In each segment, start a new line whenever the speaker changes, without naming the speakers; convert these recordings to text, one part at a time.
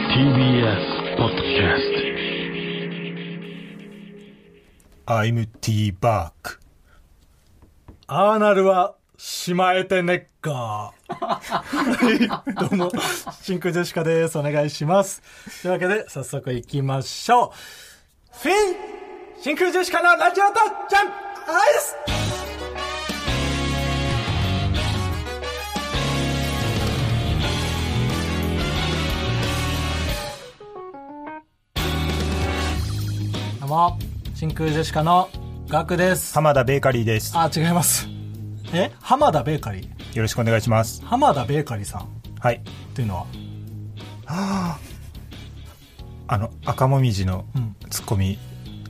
TBS ポッドキャス
I'm T バーク。
アーナルはしまえてねっか。はいどうも、真空ジェシカです。お願いします。というわけで、早速行きましょう。フィン真空ジェシカのラジオとジャンアイスどうも、真空ジェシカのガクです。
浜田ベーカリーです。
あ、違います。え浜田ベーカリー。
よろしくお願いします。
浜田ベーカリーさんっ
はい。
ていうのは
あの、赤もみじの
ん
ツッコミ。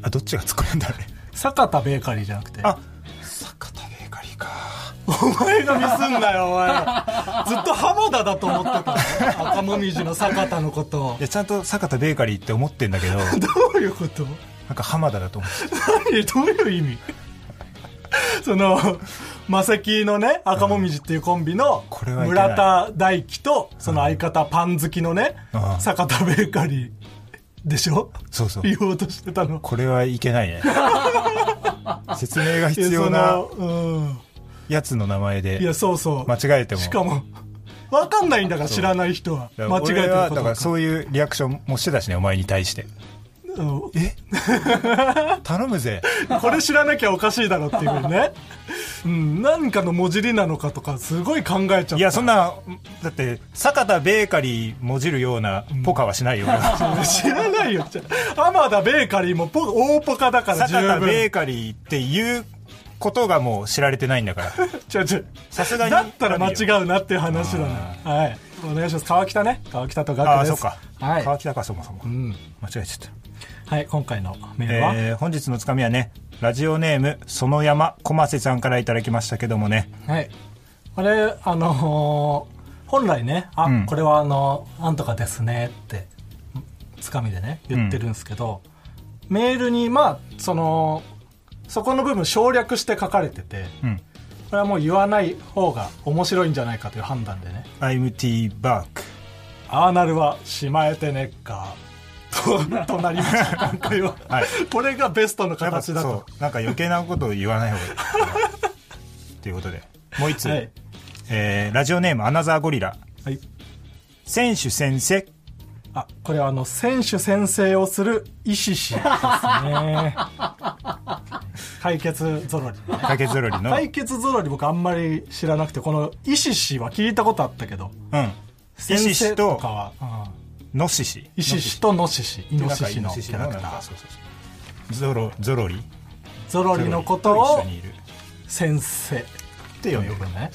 あ、どっちがツッコミなんだろ うね。
坂田ベーカリーじゃなくて。
あ、坂田ベーカリーか。
お前がミスんなよ、お前。ずっと浜田だと思ってた。赤もみじの坂田のことを
い。や、ちゃんと坂田ベーカリーって思ってんだけ ど、な
どういうこと
んか浜田だと思って
何どういう意味その、マセキのね、赤もみじっていうコンビの
これはいけない
村田大樹と、その相方パン好きのね
う、ん
坂田ベーカリーでしょ
そうそう。
言おうとしてたの。
これはいけないね。説明が
いや
必要な
そのうん。
やつの名前で
いや、そうそう。
間違えても。
しかも、わかんないんだから、知らない人は。
だ
間
から
違えて
俺
る
はだ
こと
から
が。
そういうリアクションもしてたしね、お前に対して。
うん
え頼むぜ。
これ知らなきゃおかしいだろっていうね。 うん、何かの文字りなのかとか、すごい考えちゃう。
いや、そんな、だって、坂田ベーカリーもじるようなポカはしない よ。俺は
知らないよ。浜田ベーカリーもポ大ポカだから十
坂田ベー
分。
カリーっていうことがもう知られてないんだから。
ちょちょ
さすがに。
だったら間
う。
違うなっていう話だな。はい。お願いします。川北ね。川北とガ
あ
ク
あ、
です。
そっか。
はい。
川北か、そもそも。
うん。
間違えちゃった。
はい、今回のメールは、
えー本日のつかみはね、ラジオネーム、その山、小瀬さんからいただきましたけどもね。
はい。これ、あのー本来ね、あ、
うん
これはあの、なんとかですねって、つかみでね、言ってるんですけど、メールに、まあ、その、そこの部分省略して書かれてて、
うん。
これはもう言わない方が面白いんじゃないかという判断でね、
I'm T バーク。
アーナルはしまえてねっか、と、となりました、今回は。
はい
これがベストの
やっぱ
形だ
そ
と。
う。なんか余計なことを言わない方 がいい。ということで。もう一つ。
はい。
えーラジオネーム、アナザーゴリラ。
はい。
選手先生
あ、これはあの、選手宣誓をするイシシですね。解決ぞろり。
かけぞろりの、
解決ぞろり僕あんまり知らなくて、このイシシは聞いたことあったけど、
うんイシシ
と
と
かは、
ノシシ
うんイシシとノシシ、イ
ノ
ノ
シ
シ
シ
シ
の
の
なんかイノシ
キ
シの
ャ
な
ラ
ん
クタ
か
ー。
そうそうそうゾロゾロリ
ゾロリのこと
ゾロリ一
を
緒にいる
先生っ
って呼んで
呼ぶ
る
のね。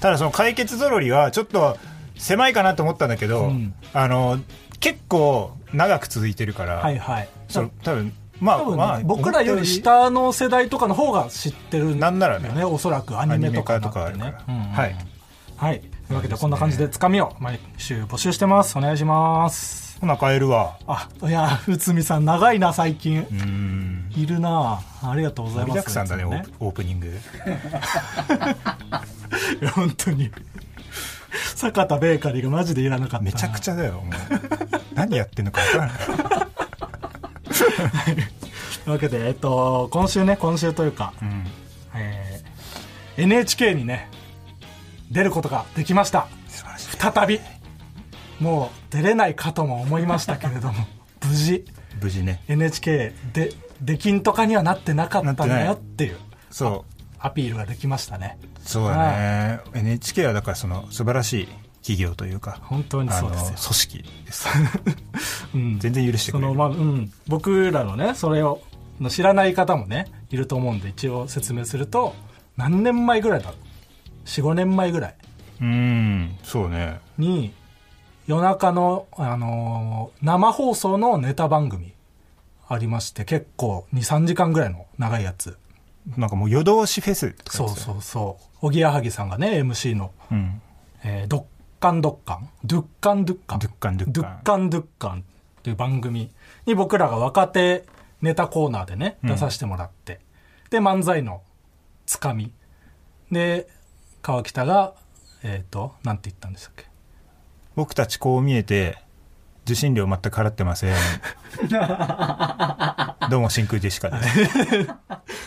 ただその解決ゾロリはちょっと狭いかなと思ったんだけど、
ん
あの結構長く続いてるから、
はいはい。
その多分まあ
多分ね
まあ
僕らより下の世代とかの方が知ってる
なんならね
よねおそらくア
ア
ニ
ニ
メ
メ
と
化
か
とかあ
に
るか
なっ
ら、
てねうんうん
はい
はい。というわけで、こんな感じでつかみを毎週募集してます。お願いします。
ほな帰るわ
あ、いや、内海さん、長いな、最近。
うん
いるなありがとうござい
盛
ま
り
す。
だくさんだね
いつも
オープオープニング
いや 本当に。坂田ベーカリーがマジでいらなかったな。
めちゃくちゃだ よもう何やってんのか分からない
というわけで、えっと、今週ね、今週というか、えー NHK にね、出ることができました。
素晴らしい
再び。もう出れないかとも思いましたけれ ども、無事。
無事ね
NHK で出禁とかにはなってなかったんだよっていう
そう
アピールができましたね
そうだね、NHK はだからその素晴らしい企業というか
本当にそうですよ
あの組織です全然許して
そ
くれ
の
る
まあうん僕らのねそれをの知らない方もねいると思うんで一応説明すると何年前ぐらいだろう45年前ぐらい
うんそうね
に夜中の、あのー生放送のネタ番組ありまして結構23時間ぐらいの長いやつ
なんかもう夜通しフェスとか
そ
や
う
つだよ
そうそうおぎやはぎさんがね MC の
うん
えー、ドッカンドッカンドゥッカンドゥッカン
ドゥッカンドゥッカン
ドゥッカンドゥッカンという番組に僕らが若手ネタコーナーでね
ん
出させてもらって、で漫才のつかみで川北がえっ、となんて言ったんでしたっけ
僕たちこう見えて受信料全く払ってま せん。どうも、真空ジェシカで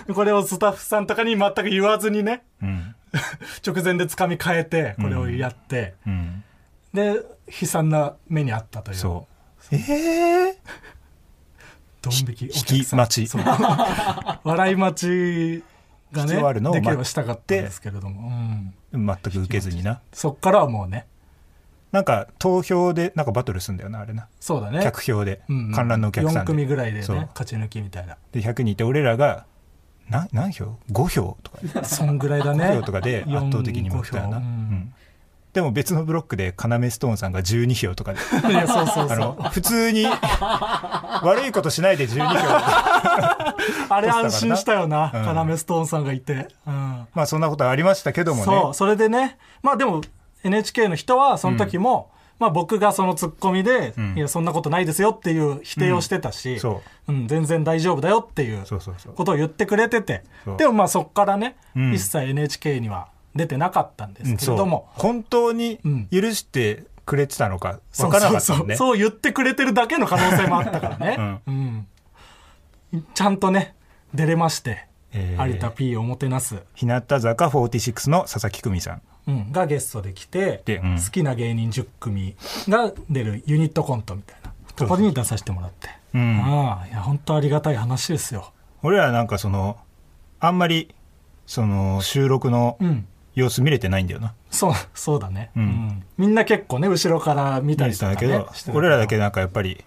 す。
これをスタッフさんとかに全く言わずにね、
うん。
直前でつかみ変えて、これをやって、
うん。
で、悲惨な目にあったという。
そう。ええ
ドン引き。お
引
客
き
さん
待ち。
そう 笑い待ちがね、
必要あるのを
で
待っ
きればしたかったんですけれども。うん
全く受けずにな。
そっからはもうね、
なんか、投票で、なんかバトルすんだよな、あれな。
そうだね。
客票で
うんうん、
観覧のお客さんで。
4組ぐらいでね、
そう
勝ち抜きみたいな。
で、100人いて、俺らが、な何票 ?5 票とか。
そんぐら いだね。
5票とかで圧倒的に持ったよな。
4 5
う
票うん
んでも別のブロックで、要ストーンさんが12票とかで。
いや、そうそうそ
あの
う。、
普通に、悪いことしないで12票。
あれ安心したよな、
うん
カナメストーンさんがいて。うん。
まあそんなことはありましたけどもね。
そう、それでね、まあでも NHK の人はその時も、まあ僕がそのツッコミで、
うん
いや、そんなことないですよっていう否定をしてたし、
そ
うん、全然大丈夫だよっていう
そうそうそう。
ことを言ってくれてて
そ、う
でもまあそっからね、
うん
一切 NHK には出てなかったんですけれども、
うんそう本当に許してくれてたのか分からなかった
そうそ
もん
うそう
ね
そう言ってくれてるだけの可能性もあったか らね、うんちゃんとね出れまして、
えー
有田 P をもてなす、
日向坂46の佐々木久美さん
うん、がゲストで来て
でうん
好きな芸人10組が出るユニットコントみたいなところに出させてもらって、
うん
ああいや本当ありがたい話ですよ、
俺らなんかそのあんまりその収録の
うん、
様子見れてないんだよな、
そうそうだね、
うん
みんな結構ね後ろから見た
見れて
りと
たん
か、
だ
ね、
けど
してた
俺らだけなんかやっぱり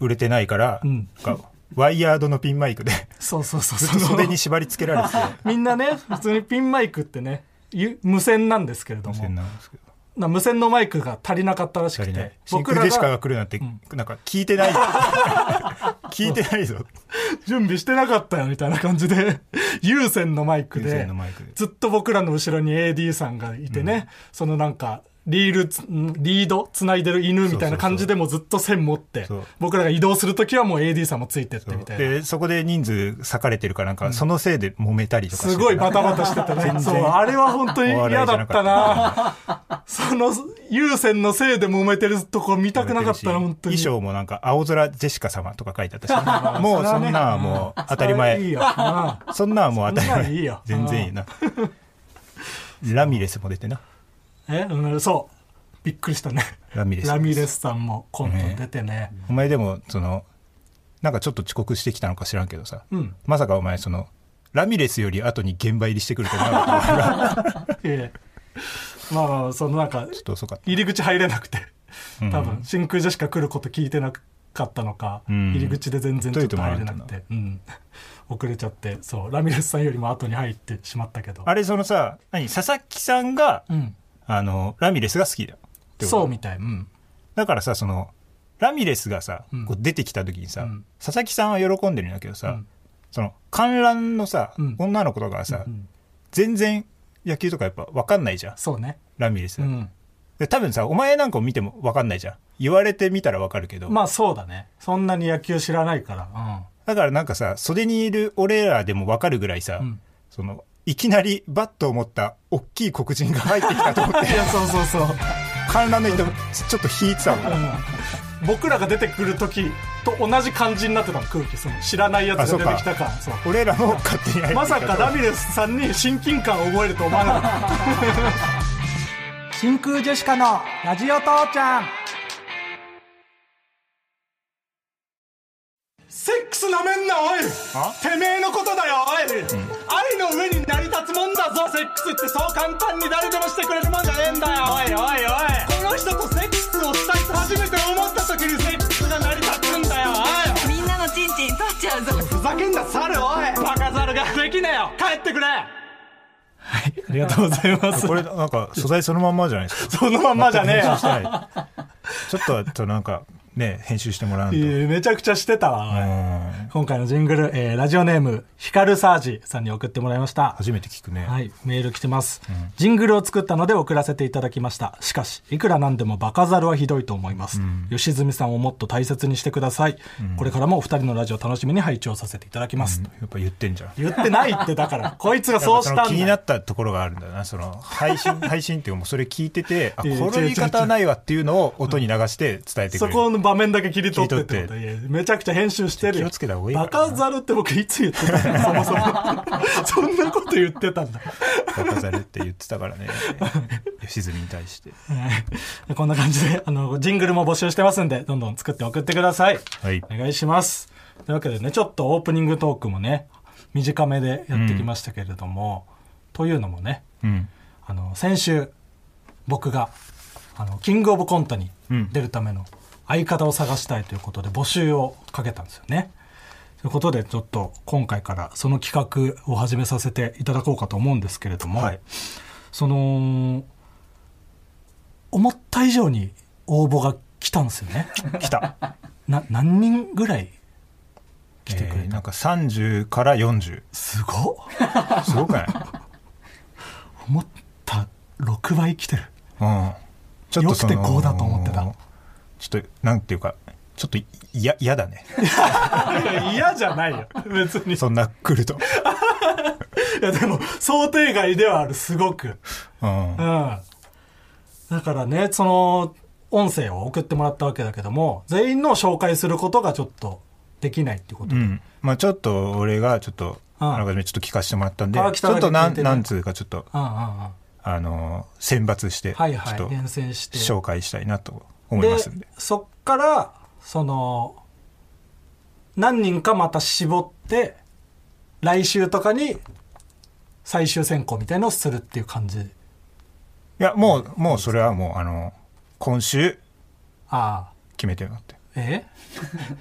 売れてないから、
うん
なんかワイヤードのピンマイクで
そうそう そう
ずっ
そ
と
う
袖に縛り付けられて
みんなね、普通にピンマイクってね、ゆ無線なんですけれど
無線
も、
なんですけど
な無線のマイクが足りなかったらし
足
く
りない
て、
真
僕
空ジ
ら
ェシカ
が
が来るなんて、なんか聞いてない 聞いてないぞ
準備してなかったよみたいな感 じで、有線のマイク
有
で
線のマイクで、
ずっと僕らの後ろに AD さんがいてね、そのなんか、リールつ、んリード繋いでる犬みたいな感じでもうずっと線持って
そう、
僕らが移動するときはもう AD さんもついてってみたいな。
でそこで人数割かれてるからなんか、そのせいで揉めたりとかして
すごい
た
バタバタしてたね。そう、あれは本当に嫌だった
お笑いじゃな
な。その、優先のせいで揉めてるとこ見たくなかったな、本当に。
衣装もなんか、青空ジェシカ様とか書いてあ ったし、もうそんなんはもう当たり
それはいい
前。
よ。ああ
そんなんはもう当た
そんなんいい
り
よ
前。 全然いいな。ラミレスも出てな。
え、うん、そう。びっくりしたね。
ラミレス。
ラミレスさんもコント出てね。
お前でも、その、なんかちょっと遅刻してきたのか知らんけどさ、
ん
まさかお前、その、ラミレスより後に現場入りしてくると思わなかったから、
ええまあまあ、そのなんか、
ちょっと遅かった。
入り口入れなくて。
うん
多分、真空ジェシカ来ること聞いてなかったのか、
うん
入り口で全然ちょっと入れなく
どうい
て。うん。遅れちゃって、そう。ラミレスさんよりも後に入ってしまったけど。
あれ、そのさ、何、佐々木さんが、
うん。
あの、ラミレスが好きだよ。ってこと
そうみたい。うん。
だからさそのラミレスがさ、
うん
こう出てきた時にさ、
うん
佐々木さんは喜んでるんだけどさ、
うん
その観覧のさ、
うん
女の子とかがさ、
うん
全然野球とかやっぱ分かんないじゃん
そうね。
ラミレス、
うん。
で多分さお前なんかを見ても分かんないじゃん言われてみたら分かるけど、
まあそうだね。そんなに野球知らないから。
だからなんかさ袖にいる俺らでも分かるぐらいさ、
うん
そのいきなりバットを持った大きい黒人が入ってきたと思っ
うん。い
て
や、そうそうそう。
観覧の人ちょっと引いてたもん
うん、僕らが出てくる時と同じ感じになってたの、空気。その知らないやつが出てきたから。そう
俺らも勝手に入ってきたと思
ま
って
さかラミレスさんに親近感を覚えると思わなかった。 真空ジェシカのラジオ父ちゃん。セックスなめんなおい
あ
てめえのことだよおい、愛の上に成り立つもんだぞセックスってそう簡単に誰でもしてくれるもんじゃねえんだよおいおいおいこの人とセックスをしたいと初めて思った時にセックスが成り立つんだよおい
みんなのチンチン取っちゃうぞ
ふざけんな猿おいバカ猿ができねえよ帰ってくれはいありがとうございます
これなんか素材そのまんまじゃないですか
そのまんまじゃねえ
編
よ
集したいちょっとあとなんかね編集してもらわんと、
い やめちゃくちゃしてたわ、おい
うん
今回のジングル、えーラジオネームヒカルサージさんに送ってもらいました
初めて聞くね、
はい、メール来てます、ジングルを作ったので送らせていただきました。しかし、いくらなんでもバカ猿はひどいと思います。吉住さんをもっと大切にしてください。これからもお二人のラジオ楽しみに拝聴させていただきます。
やっぱ言ってんじゃん
言ってないって、だから、こいつがそうしたんだ
やっぱその気になったところがあるんだよなその配 信配信っていうかもうそれ聞いててあこ
いやいや
の言い方はないわっていうのを音に流して伝えてく
そ
れる
この場面だけ切り取ってってこと
切
いやめちゃくちゃ編集してるよ
気をつけた方がいい
バカザルって僕いつ言って たのそもそもそんなこと言ってたんだ
バカザルって言ってた からね吉住に対して
はいこんな感じで、あの、ジングルも募集してますんで、どんどん作って送ってください。
はい
お願いします。というわけでね、ちょっとオープニングトークもね、短めでやってきましたけれども、というのもね、
うん
あの、先週、僕が、あの、キングオブコントに出るための相方を探したいということで募集をかけたんですよね。ということで、ちょっと今回からその企画を始めさせていただこうかと思うんですけれども、
はい
その、思った以上に応募が来たんですよ ね。
来た
な、何人ぐらい来てくれた、
えーなんか30から40
すごっ
すごくない
思った6倍来てる。
うんちょっとその
よくてこうだと思ってた
ちょっとなんていうかちょっといや嫌だ ね
嫌じゃないよ。別に。
そんな来 ると、
いやでも想定外ではあるすごくうん
うん、
だからねその音声を送ってもらったわけだけども全員の紹介することがちょっとできないってこと、
うん、まあちょっと俺がちょっと
うん
あらかじめちょっと聞かせてもらったんで
あ
ち
北
ょ
だ
っ
け
とな
聞い
ん
てね
なんつうかちょっと
うんうんうんは
あのー選抜してちょ
い
っ
はい
と
厳選して
紹介したいなと思いますんで
そっからその何人かまた絞って来週とかに最終選考みたいのをするっていう感じ
いやもうもうそれはもうあの今週
ああ
決めてるのって、
え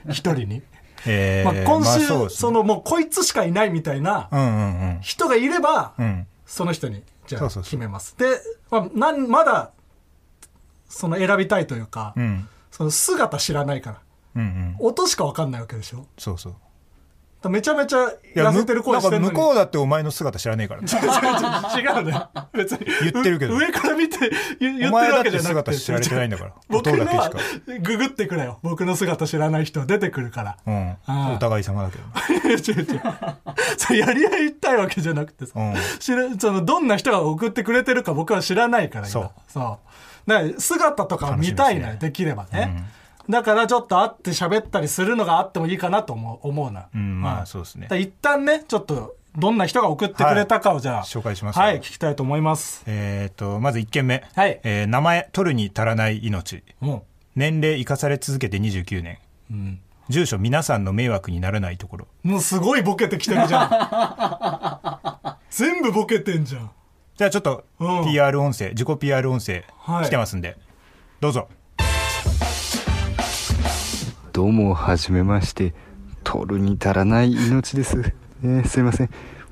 一人に、
え
まあ、
ー
今週、
まあうです
そ
ね
のもうこいつしかいないみたいな
うんうんうん
人がいれば、
うん
その人にじゃ
そ
あ
うそうそう
決めますで、まあ、なんまだその選びたいというか、
うん
その姿知らないから
うんうん
音しか分かんないわけでしょだか
そうそう
らめちゃめちゃ
いや
痩せてる声してるの
なん
に
か向こうだってお前の姿知らねえから
違うね別に
言ってるけど
う上から見て言言
お
っ
前
てる
だ
わ
っ
けじ
て
ゃな
姿
くて
知られてないんだから
僕の
だけし
は
か
ググってくれよ僕の姿知らない人は出てくるから
うん
あー
お互い様だけど
違う違うそうやり合いたいわけじゃなくてさ、
うん
知らそのどんな人が送ってくれてるか僕は知らないから今
そう
そうだから姿とかを見たいのよで,、
楽しみですね
きればね、だからちょっと会って喋ったりするのがあってもいいかなと思う思うな、
うんまあそうですね
だから一旦ねちょっとどんな人が送ってくれたかをじゃあ、
はい紹介します
はい聞きたいと思います
えっとまず1件目
はい
えー名前取るに足らない命
も
年齢生かされ続けて29年
う、うん、
住所皆さんの迷惑にならないところ
もうすごいボケてきてるじゃ ん全部ボケてんじゃん
じゃあちょっと
うん
PR 音声自己 PR 音声
はい
来てますんでどうぞ
どうも、はじめまして。取るに足らない命です。えーすいません。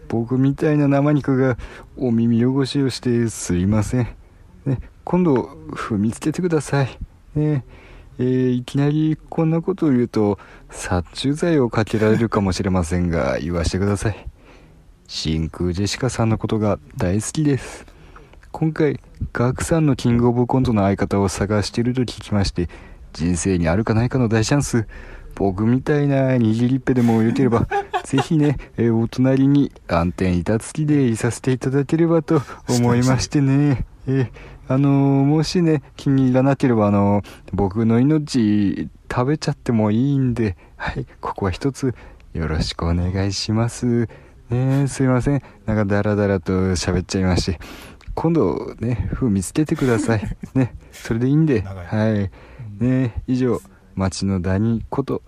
僕みたいな生肉がお耳汚しをしてすいません。ね、今度、踏みつけてください。ねえーいきなりこんなことを言うと、殺虫剤をかけられるかもしれませんが、言わしてください。真空ジェシカさんのことが大好きです。今回ガクさんのキングオブコントの相方を探していると聞きまして人生にあるかないかの大チャンス僕みたいな握りっぺでもよければぜひね、えーお隣に暗転板付きでいさせていただければと思いましてねえーあのーもしね気に入らなければあのー僕の命食べちゃってもいいんではいここは一つよろしくお願いしますねえすいませんなんかダラダラと喋っちゃいまして今度ね風見つけてくださ いねそれでいいんで
長い
はいね以上町のダニこと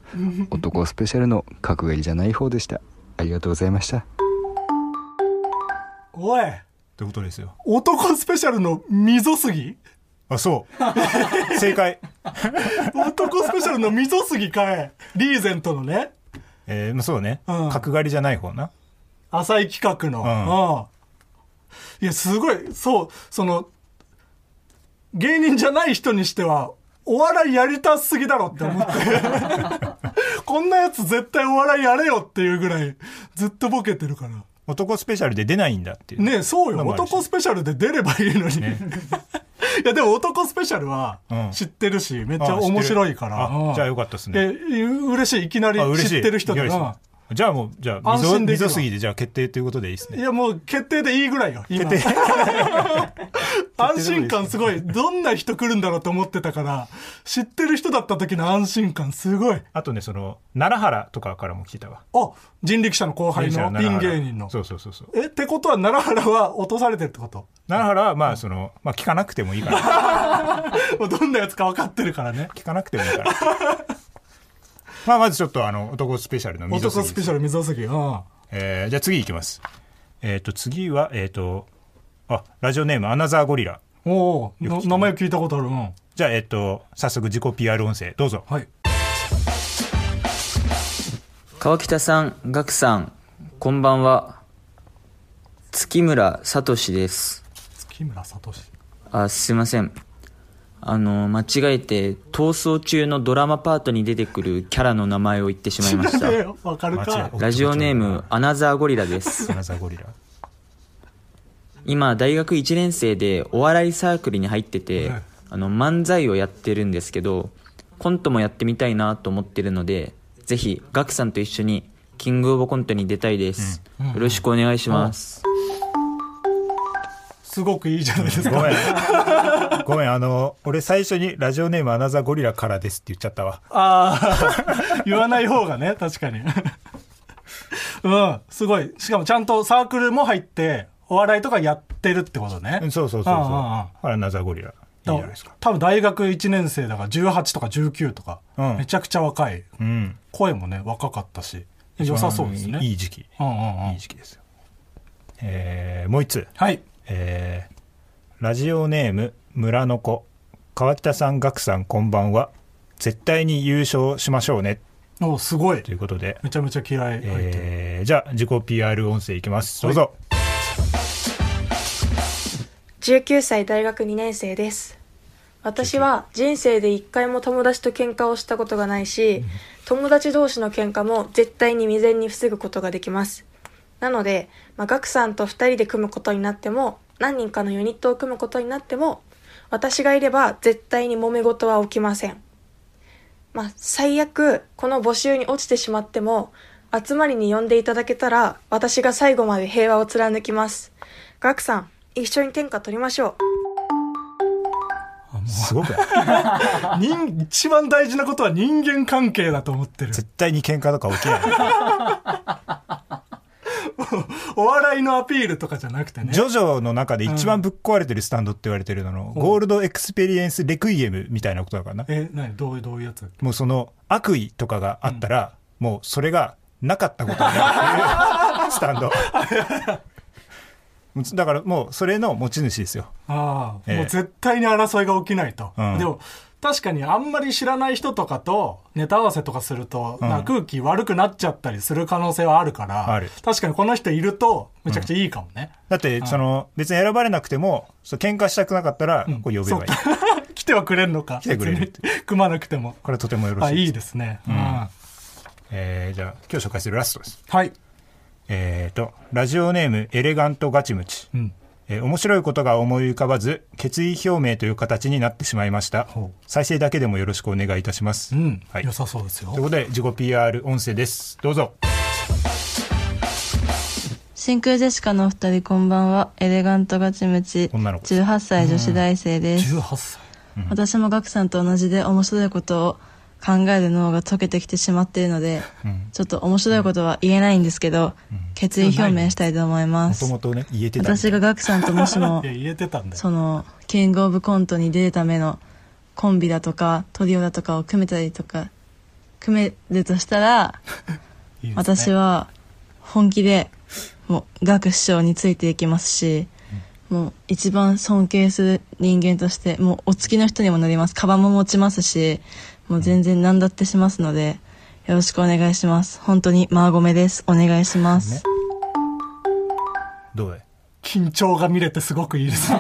男スペシャルの角刈りじゃない方でしたありがとうございました
おい
ということですよ
男スペシャルの溝杉
あそう 正解、
男スペシャルの溝杉かいリーゼントのね
えーまあ、そうね、
うん
角刈りじゃない方な
浅い企画の、
うん
うんいやすごいそうその芸人じゃない人にしてはお笑いやりたすぎだろって思って こんなやつ絶対お笑いやれよっていうぐらいずっとボケてるから
男スペシャルで出ないんだっていう
ねえそうよ
のもあるし
男スペシャルで出ればいいのに、 いやでも男スペシャルは
うん
知ってるし、めっち
あ知っ
ゃ
てる
面白いから
あじゃあよかったっすね
え嬉しいいきなり
あ嬉し
知
い
ってる人だ
いきなり
な
ですじゃあもう、じゃあ、
安
溝、
心できるわ
溝杉で、じゃあ決定ということでいいです
い
ね。
やもう決定でいいぐらいよ今安心感すごいどんな人来るんだろうと思ってたから知ってる人だった時の安心感すごい
あとね、その、奈良原とかからも聞いたわ。
あ人力車の後輩のピン芸人の
そうそうそうそう。
えってことは奈良原は落とされてるってこと
奈良原は、まあ、その、まあ、聞かなくてもいい から。
もうどんなやつか分かってるからね
聞かなくてもいいから。 まあ、まずちょっと、あの、男スペシャルの溝杉
男
です
スペシャル溝杉うん
えーじゃあ次いきます。えっ、と、次は、えっ、と、あ、ラジオネーム、アナザーゴリラ。
おお
よく聞く
名前聞いたことあるうん
じゃあ、えっ、と、早速自己 PR 音声、どうぞ。
はい
川北さん、ガクさん、こんばんは。月村聡です。
月村聡
あ、すいません。あの、間違えて、逃走中のドラマパートに出てくるキャラの名前を言ってしまいま した。
わかる
間違
か
え
ラジオネーム、アナザーゴリラです。
アナザーゴリラ。
今、大学1年生でお笑いサークルに入ってて、あの、漫才をやってるんですけど、コントもやってみたいなと思ってるので、ぜひ、ガクさんと一緒に、キングオブコントに出たいです。よろしくお願いします。
すごくいいじゃないです
ご
か
めん。ごめん、あの、俺最初にラジオネームアナザーゴリラからですって言っちゃったわ。
ああ 言わない方がね確かに うんすごいしかもちゃんとサークルも入ってお笑いとかやってるってことね
うんそうそうそうそう。
んんん
あら、アナザーゴリラ。いいじゃないですか。
多分大学1年生だから18とか19とか、
うん
めちゃくちゃ若い
うん。
声もね若かったし良さそうですね
いい時期。
うんうんうん
いい時期ですよ。えー、もう一つ。
はい
えーラジオネーム村の子川北さん岳さんこんばんは絶対に優勝しましょうね
おすごい
ということで、
めちゃめちゃ気合い入ってる、
えーじゃあ自己 PR 音声いきますどうぞ、
19歳大学2年生です私は人生で一回も友達と喧嘩をしたことがないし友達同士の喧嘩も絶対に未然に防ぐことができますなので、まあ、ガクさんと2人で組むことになっても何人かのユニットを組むことになっても私がいれば絶対に揉め事は起きませんまあ最悪この募集に落ちてしまっても集まりに呼んでいただけたら私が最後まで平和を貫きますガクさん一緒に天下取りましょう
すごくない
人一番大事なことは人間関係だと思ってる
絶対に喧嘩とか起きない
お笑いのアピールとかじゃなくてね
ジョジョの中で一番ぶっ壊れてるスタンドって言われてるのの、ゴールドエクスペリエンスレクイエムみたいなことだからな
え何どうどういうやつ
もうその悪意とかがあったら、もうそれがなかったことになるっていうスタンド だからもうそれの持ち主ですよ
ああ、
ええ
もう絶対に争いが起きないと、
うん
でも確かにあんまり知らない人とかとネタ合わせとかすると、
ん
なんか空気悪くなっちゃったりする可能性はあるから
ある
確かにこの人いるとめちゃくちゃいいかもね、
だって、その、別に選ばれなくても、そう喧嘩したくなかったら、こう呼べばいい。
来てはくれるのか
来てくれる
別に組まなくても
これはとてもよろ
あ
しいです。
いいですね、うん
えー、じゃあ、今日紹介するラストです。
はい
えーと、ラジオネーム、エレガントガチムチ。
ん
えー面白いことが思い浮かばず、決意表明という形になってしまいました。再生だけでもよろしくお願いいたします。
うん、
はい。
良
と
さそうですよ
いうことで、自己 PR 音声です。どうぞ。
真空ジェシカのお二人こんばんはエレガントガチムチ
女の子
18歳女子大生です、
18歳
私もガクさんと同じで面白いことを考える脳が溶けてきてしまっているので、ちょっと面白いことは言えないんですけど、決意表明したいと思いま
も
す
ともとね、言えてたんで。
私がガクさんともしも
いや入れてたんだよ
そのキングオブコントに出るためのコンビだとかトリオだとかを組めたりとか組めるとしたら
いいですね
私は本気でもう学師匠についていきますし、もう一番尊敬する人間としてもうお付きの人にもなりますカバンも持ちますしもう全然何だってしますのでよろしくお願いします本当にマーゴメですお願いします、
どうだい
緊張が見れてすごくいいですね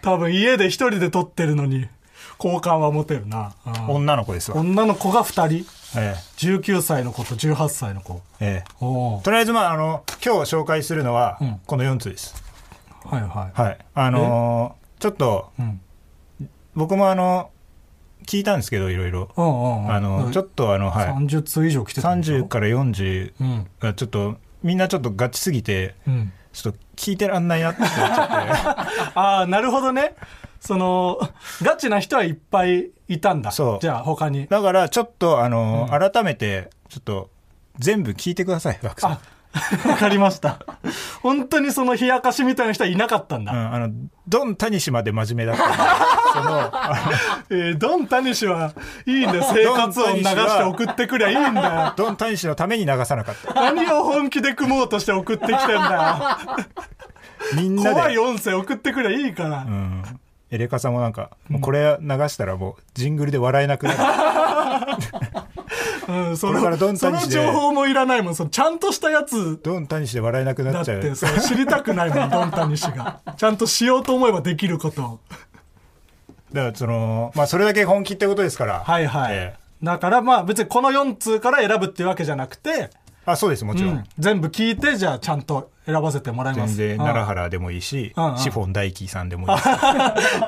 多分家で一人で撮ってるのに好感は持てるな、うん
女の子ですわ。
女の子が2人
え
19歳の子と18歳の子
ーえー
お
とりあえず、まあ、あの、今日紹介するのは
うん、
この4つです。
はいはい
はい。あのーちょっと、
うん
僕もあの、聞いたんですけど、いろいろ。
うんうんうん。
あの、ちょっとあの、はい。
30通以上来てたんでしょ
30から40
うん。
がちょっと、みんなちょっとガチすぎて、
うん。
ちょっと聞いてらんないなって思っちゃっ
ああ、なるほどね。その、ガチな人はいっぱいいたんだ。
そう
じゃあ他に
て。。だから、ちょっと、あの、改めて、ちょっと、全部聞いてください、ガクさん。
あ、わかりました。本当にその冷やかしみたいな人はいなかったん
う
だ。
ん、あの、ドン・タニシまで真 面目だった。その、あ
えードン・タニシはいいんだよ。生活音流して送ってくりゃいいんだよ
の。ドン・タニシのために流さなかった。
何を本気で組もうとして送ってきてんだ
みん
よ。
なで。
怖い音声送ってくりゃいいから。
うん。エレカさんもなんか、もうこれ流したらもう、ジングルで笑えなくな る。
うん、そ
これからドン
の、
タ
そ
ニ
の
シで
情報もいらないもん。そのちゃんとしたやつ
ドン・タニシで笑えなく
だ
な
っ
っちゃう。
て、そう知りたくない もん、ドンタニシが。ちゃんとしようと思えばできることを。
だからその、まあそれだけ本気ってことですから。
はいはい。
え
だからまあ別にこの4通から選ぶっていうわけじゃなくて、
えあ、そうです、も
う
ちろん。
ん、全部聞いて、じゃあちゃんと選ばせてもらいま
全
す。
然、奈良原でもいいし、
うんうん
シフォン大輝さんでもいいし、
う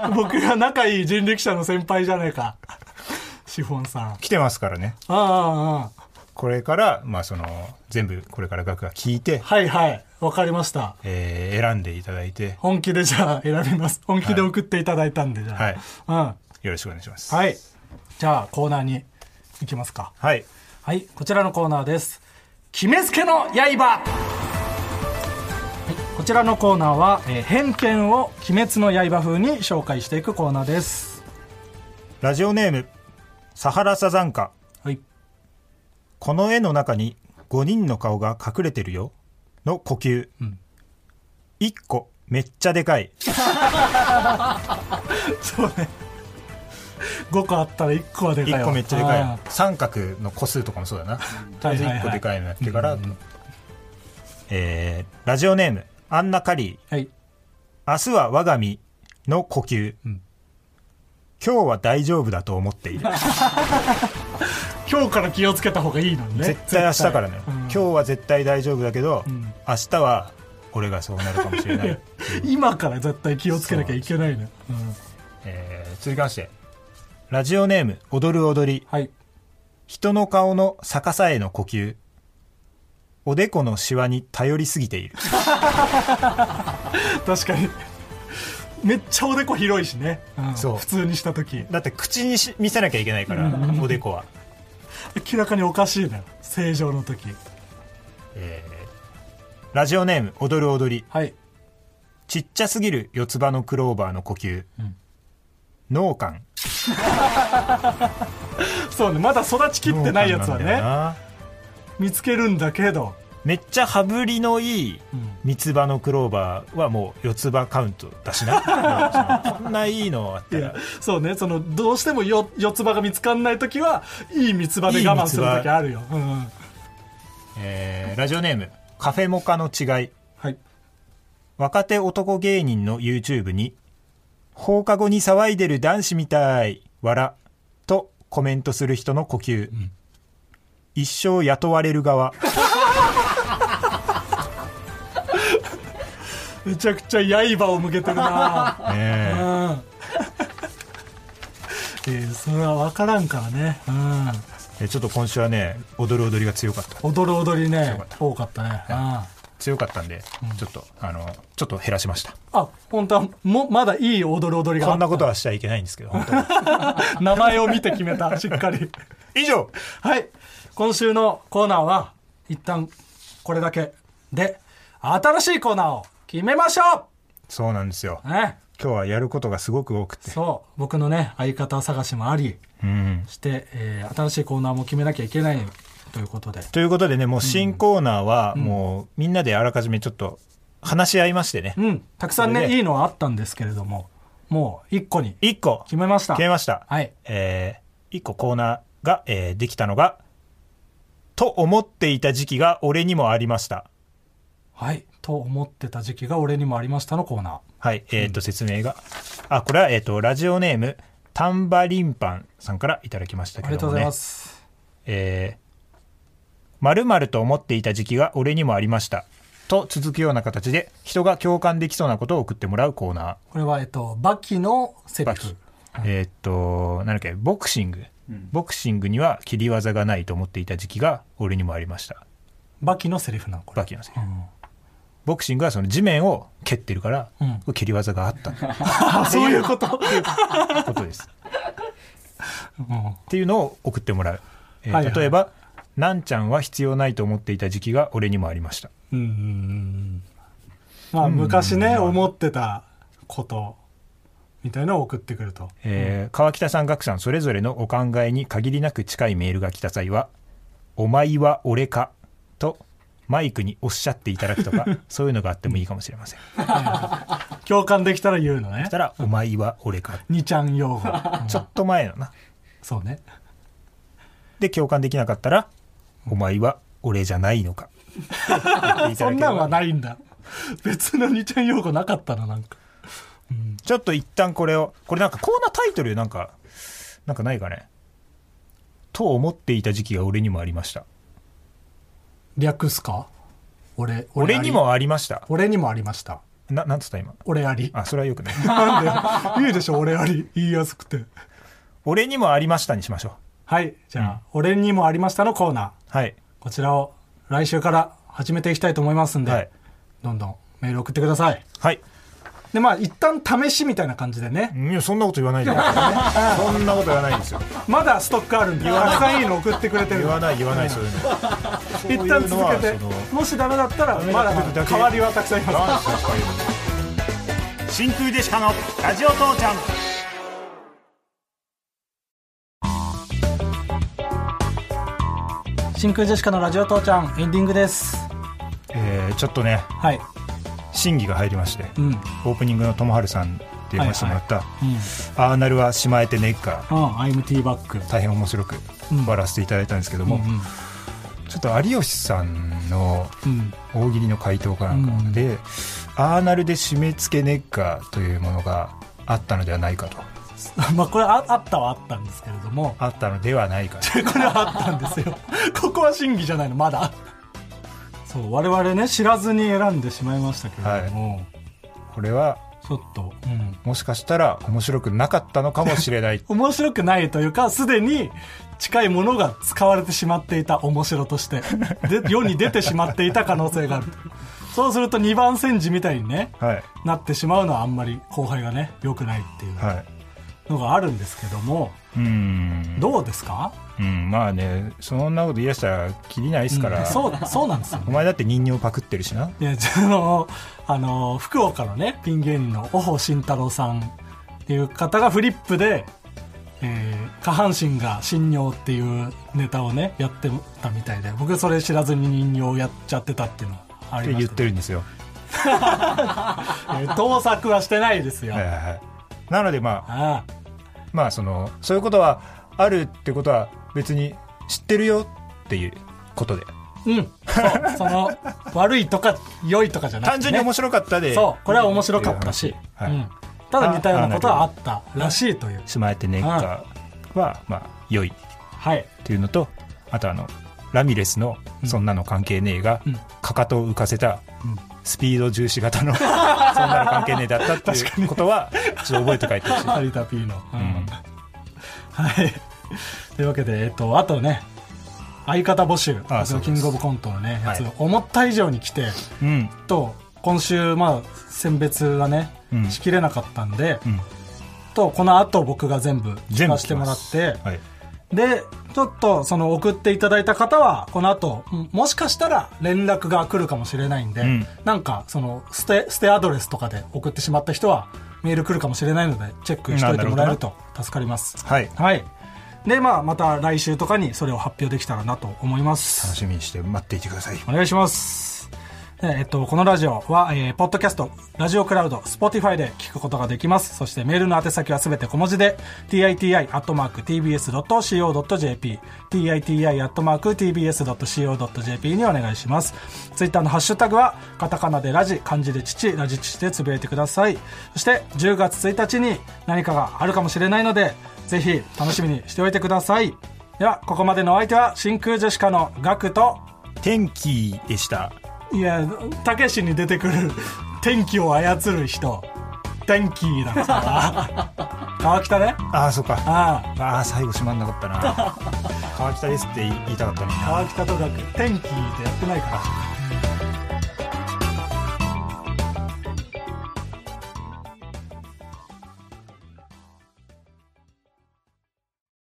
ん 僕が仲いい人力車の先輩じゃねえか。シフォンさん。あ
来てますからね。
あ、ああ
これから、まあその、全部これから額が聞いて、
はいはい。わかりました。
えー選んでいただいて、
本気でじゃあ選びます。本気で送っていただいたんで、じゃあ。
はい。
うん。
よろしくお願いします。い。
はい。じゃあコーナーに行きますか。
はい。
はい、こちらのコーナーです。決めつけの刃、はい、こちらのコーナーは、えー偏見を鬼滅の刃風に紹介していくコーナーです。
ラジオネーム、サハラサザンカ。
はい。
この絵の中に5人の顔が隠れてるよの呼吸、一1個めっちゃでかい
そうね。5個あったら1個はでかいわ。
1個めっちゃでかい
あ
の三角の個数とかもそうだなとりあえず1個でかいのやってから、えーラジオネームアンナ・カリ
ー。はい。
ー「明日は我が身」の呼吸、今日は大丈夫だと思っている
今日から気をつけた方がいいのにね。
絶対明日からね、
うん
今日は絶対大丈夫だけど、明日は俺がそうなるかもしれないっていう
今から絶対気をつけなきゃいけないね。うん
えー続きましてラジオネーム「踊る踊り
はい。」
人の顔の逆さへの呼吸おでこのシワに頼りすぎている
確かに。めっちゃおでこ広いしね。ん
そう
普通にした時
だって口にし見せなきゃいけないからおでこは、
明らかにおかしいな正常の時
えーラジオネーム「踊る踊り
はい」
ちっちゃすぎる四つ葉のクローバーの呼吸、脳幹
そうねまだ育ちきってないやつ
脳幹なん
は
だよ
ね
な
見つけるんだけど
めっちゃ羽振りのいい三つ葉のクローバーはもう四つ葉カウントだしなもうそのこんないいのあっ
い
たら
やそうねそのどうしてもよ四つ葉が見つかんない時はいい三つ葉で我慢する時あるようんうん
えーラジオネームカフェモカの違い
はい
若手男芸人の YouTube に放課後に騒いでる男子みたい笑とコメントする人の呼吸、一生雇われる側
めちゃくちゃ刃を向けて るなう
ね
んえーそれは分からんからねうん
ええちょっと今週はね踊る踊りが強かった
踊る踊りね
かった
多かったねうん
強かったんで、ちょっとあのちょっと減らしました
あ本当はもまだいい踊る踊りが
こ
あ
ん
った
なことはしちゃいけないんですけど本当に
名前を見て決 めたしっかり
以上
はい。今週のコーナーは、一旦これだけで、新しいコーナーを決めましょ
そうなんですよ
うね。
今日はやることがすごく多くて
そう。僕のね、相方探しもあり、
うん
して、えー新しいコーナーも決めなきゃいけないということで。
ということでねもう新コーナーはもうみんなであらかじめちょっと話し合いましてね、
うん。たくさん
そ
ね、
れで
いいのはあったんですけれども、もう一個に
1個
決めました。
決めました、
はい
え1個コーナーが、えーできたのがと思っていた時期が俺にもありました
はい。と思ってた時期が俺にもありましたのコーナ
はいえっ、と説明が、あこれは、えー、とラジオネームタンバリンパンさんからいただきました
ー。
けども、ね、
ありがとうございます。
えー、まると思っていた時期が俺にもありましたと続くような形で人が共感できそうなことを送ってもらうコーナ
これは、えっと、バキのセリ
バキ
フ。
えーっと、なんだっけ、ボクシング。ボクシングには切り技がないと思っていた時期が俺にもありました。
バキのセリフなのこれ
バキのせいで。ボクシングはその地面を蹴ってるから、蹴り技があったっ
あそういうこと、
てことです。
うん
っていうのを送ってもらう。えー
はいはい
例えば、なんちゃんは必要ないと思っていた時期が俺にもありました。
うんうんうんまあ昔ね思ってたことみたいなのを送ってくると
えー川北さん、岳さん、それぞれのお考えに限りなく近いメールが来た際は、お前は俺かとマイクにおっしゃっていただくとか、そういうのがあってもいいかもしれません。そ
共感できたら言うのね
したら、お前は俺か。
にちゃん 用語
ちょっと前のな。
そうね
で、共感できなかったら、お前は俺じゃないの か。。
そんなんはいないんだ別のにちゃん用語なかったななんか
ちょっと一旦これを、これなんかコーナータイトルなんか、なんかないかね。と思っていた時期が俺にもありました。
略すか俺
俺
あり
にもありました。
俺にもありました
な、なんつった今。
俺あり
あ、それはよくない。
なんでいいでしょ俺あり言いやすくて
俺にもありましたにしましょう。
はいじゃあ、俺にもありましたのコーナー
はい。
こちらを来週から始めていきたいと思いますんで、
はい
どんどんメール送ってください
はい。
でまあ一旦試しみたいな感じでね
いや、そんなこと言わない で。そんなこと言わないですよ。
まだストックあるんでたくさんいいの送ってくれてる
言わない、言わない、そういうの。
一旦続けて
そういうのはそ
もしダメだったらまだ
時だけ
代わりはたくさんいます
真空ジェシカのラジオ父ちゃん。
真空ジェシカのラジオ父ちゃんエンディングです
えー、ちょっとね、
はい、
審議が入りまして、
うん、
オープニングのともはるさんで言わせてもらった、
うん
アーナルはしまえてねっか、
ああ IMT バック
大変面白く終わらせていただいたんですけども、ちょっと有吉さんの
うん
大喜利の回答かなんかで、アーナルで締め付けねっかというものがあったのではないかと。
まあこれああったはあったんですけれども
あったのではないかと。
これはあったんですよ ここは審議じゃないのまだそう我々ね知らずに選んでしまいましたけれども、
これは
ちょっと、うん、
もしかしたら面白くなかったのかもしれない
面白くないというかすでに近いものが使われてしまっていた面白としてで 世に出てしまっていた可能性があるそうすると2番煎じみたいにね
はい
なってしまうのはあんまり後輩がね良くないっていう
はい
のがあるんですけども
うーん
どうですか
うんまあねそんなこと言い出したらきりないですから、
そうそうなんですよ
お前だって人形パクってるしない
や、あの、あの、福岡のね、ピン芸人のオホ慎太郎さんっていう方がフリップで、えー下半身が信尿っていうネタをね、やってたみたいで、僕それ知らずに人形をやっちゃってたっていうのはあ
っ
り
て
ま
言っ
して
てるんですよ
えー盗作はしてないですよ。
はいはいはいなのでまあ
あ
まあそのそういうことはあるってことは別に知ってるよっていうことで
あうん。そう。その、悪いとか良いとかじゃなくて、
単
ね。
純に面白かったで、
そう。これは面白かったし。
はい
うん。ただ似たようなことはあったらしいという。
しまえてねっかはまあ良い
はい。
っていうのとあとあのラミレスの「そんなの関係ねえが」
うん
かかとを浮かせた
ん
スピード重視型 の「そんなの関係ねえ」だったっていうことはちょっと覚えて帰ってほしい
有田 P の、うん
ん
はい というわけで、えっと、あとね相方募集
あそうです
キングオブコントのねやつ、
はい
思った以上に来て
うん
と今週まあ選別がね、
うん
しきれなかったんで、
うん
とこの後僕が全部聞
全部
か
聞
せ
き
てもら
ま
っ
す
て、
はい
でちょっとその送っていただいた方はこの後うんもしかしたら連絡が来るかもしれないんで、
ん
なんかそのステステアドレスとかで送ってしまった人はメール来るかもしれないのでチェックしておいてもらえると助かります
はい
はいでまあまた来週とかにそれを発表できたらなと思います
楽しみにして待っていてください
お願いします。えーえっと、このラジオは、えーポッドキャスト、ラジオクラウド、Spotify で聞くことができます。そしてメールの宛先はすべて小文字で、titi.tbs.co.jp、titi.tbs.co.jp にお願いします。ツイッターのハッシュタグは、カタカナでラジ、漢字で父、ラジ父でつぶやいてください。そして、10月1日に何かがあるかもしれないので、ぜひ楽しみにしておいてください。では、ここまでのお相手は、真空ジェシカのガクと、
天気でした
いや、たけしに出てくる天気を操る人、天気だから。川北ね
ああそうか
あ
ああ最後閉まんなか ったな川北ですって言いたかったのに
あ
な
川北とか天気でやってないから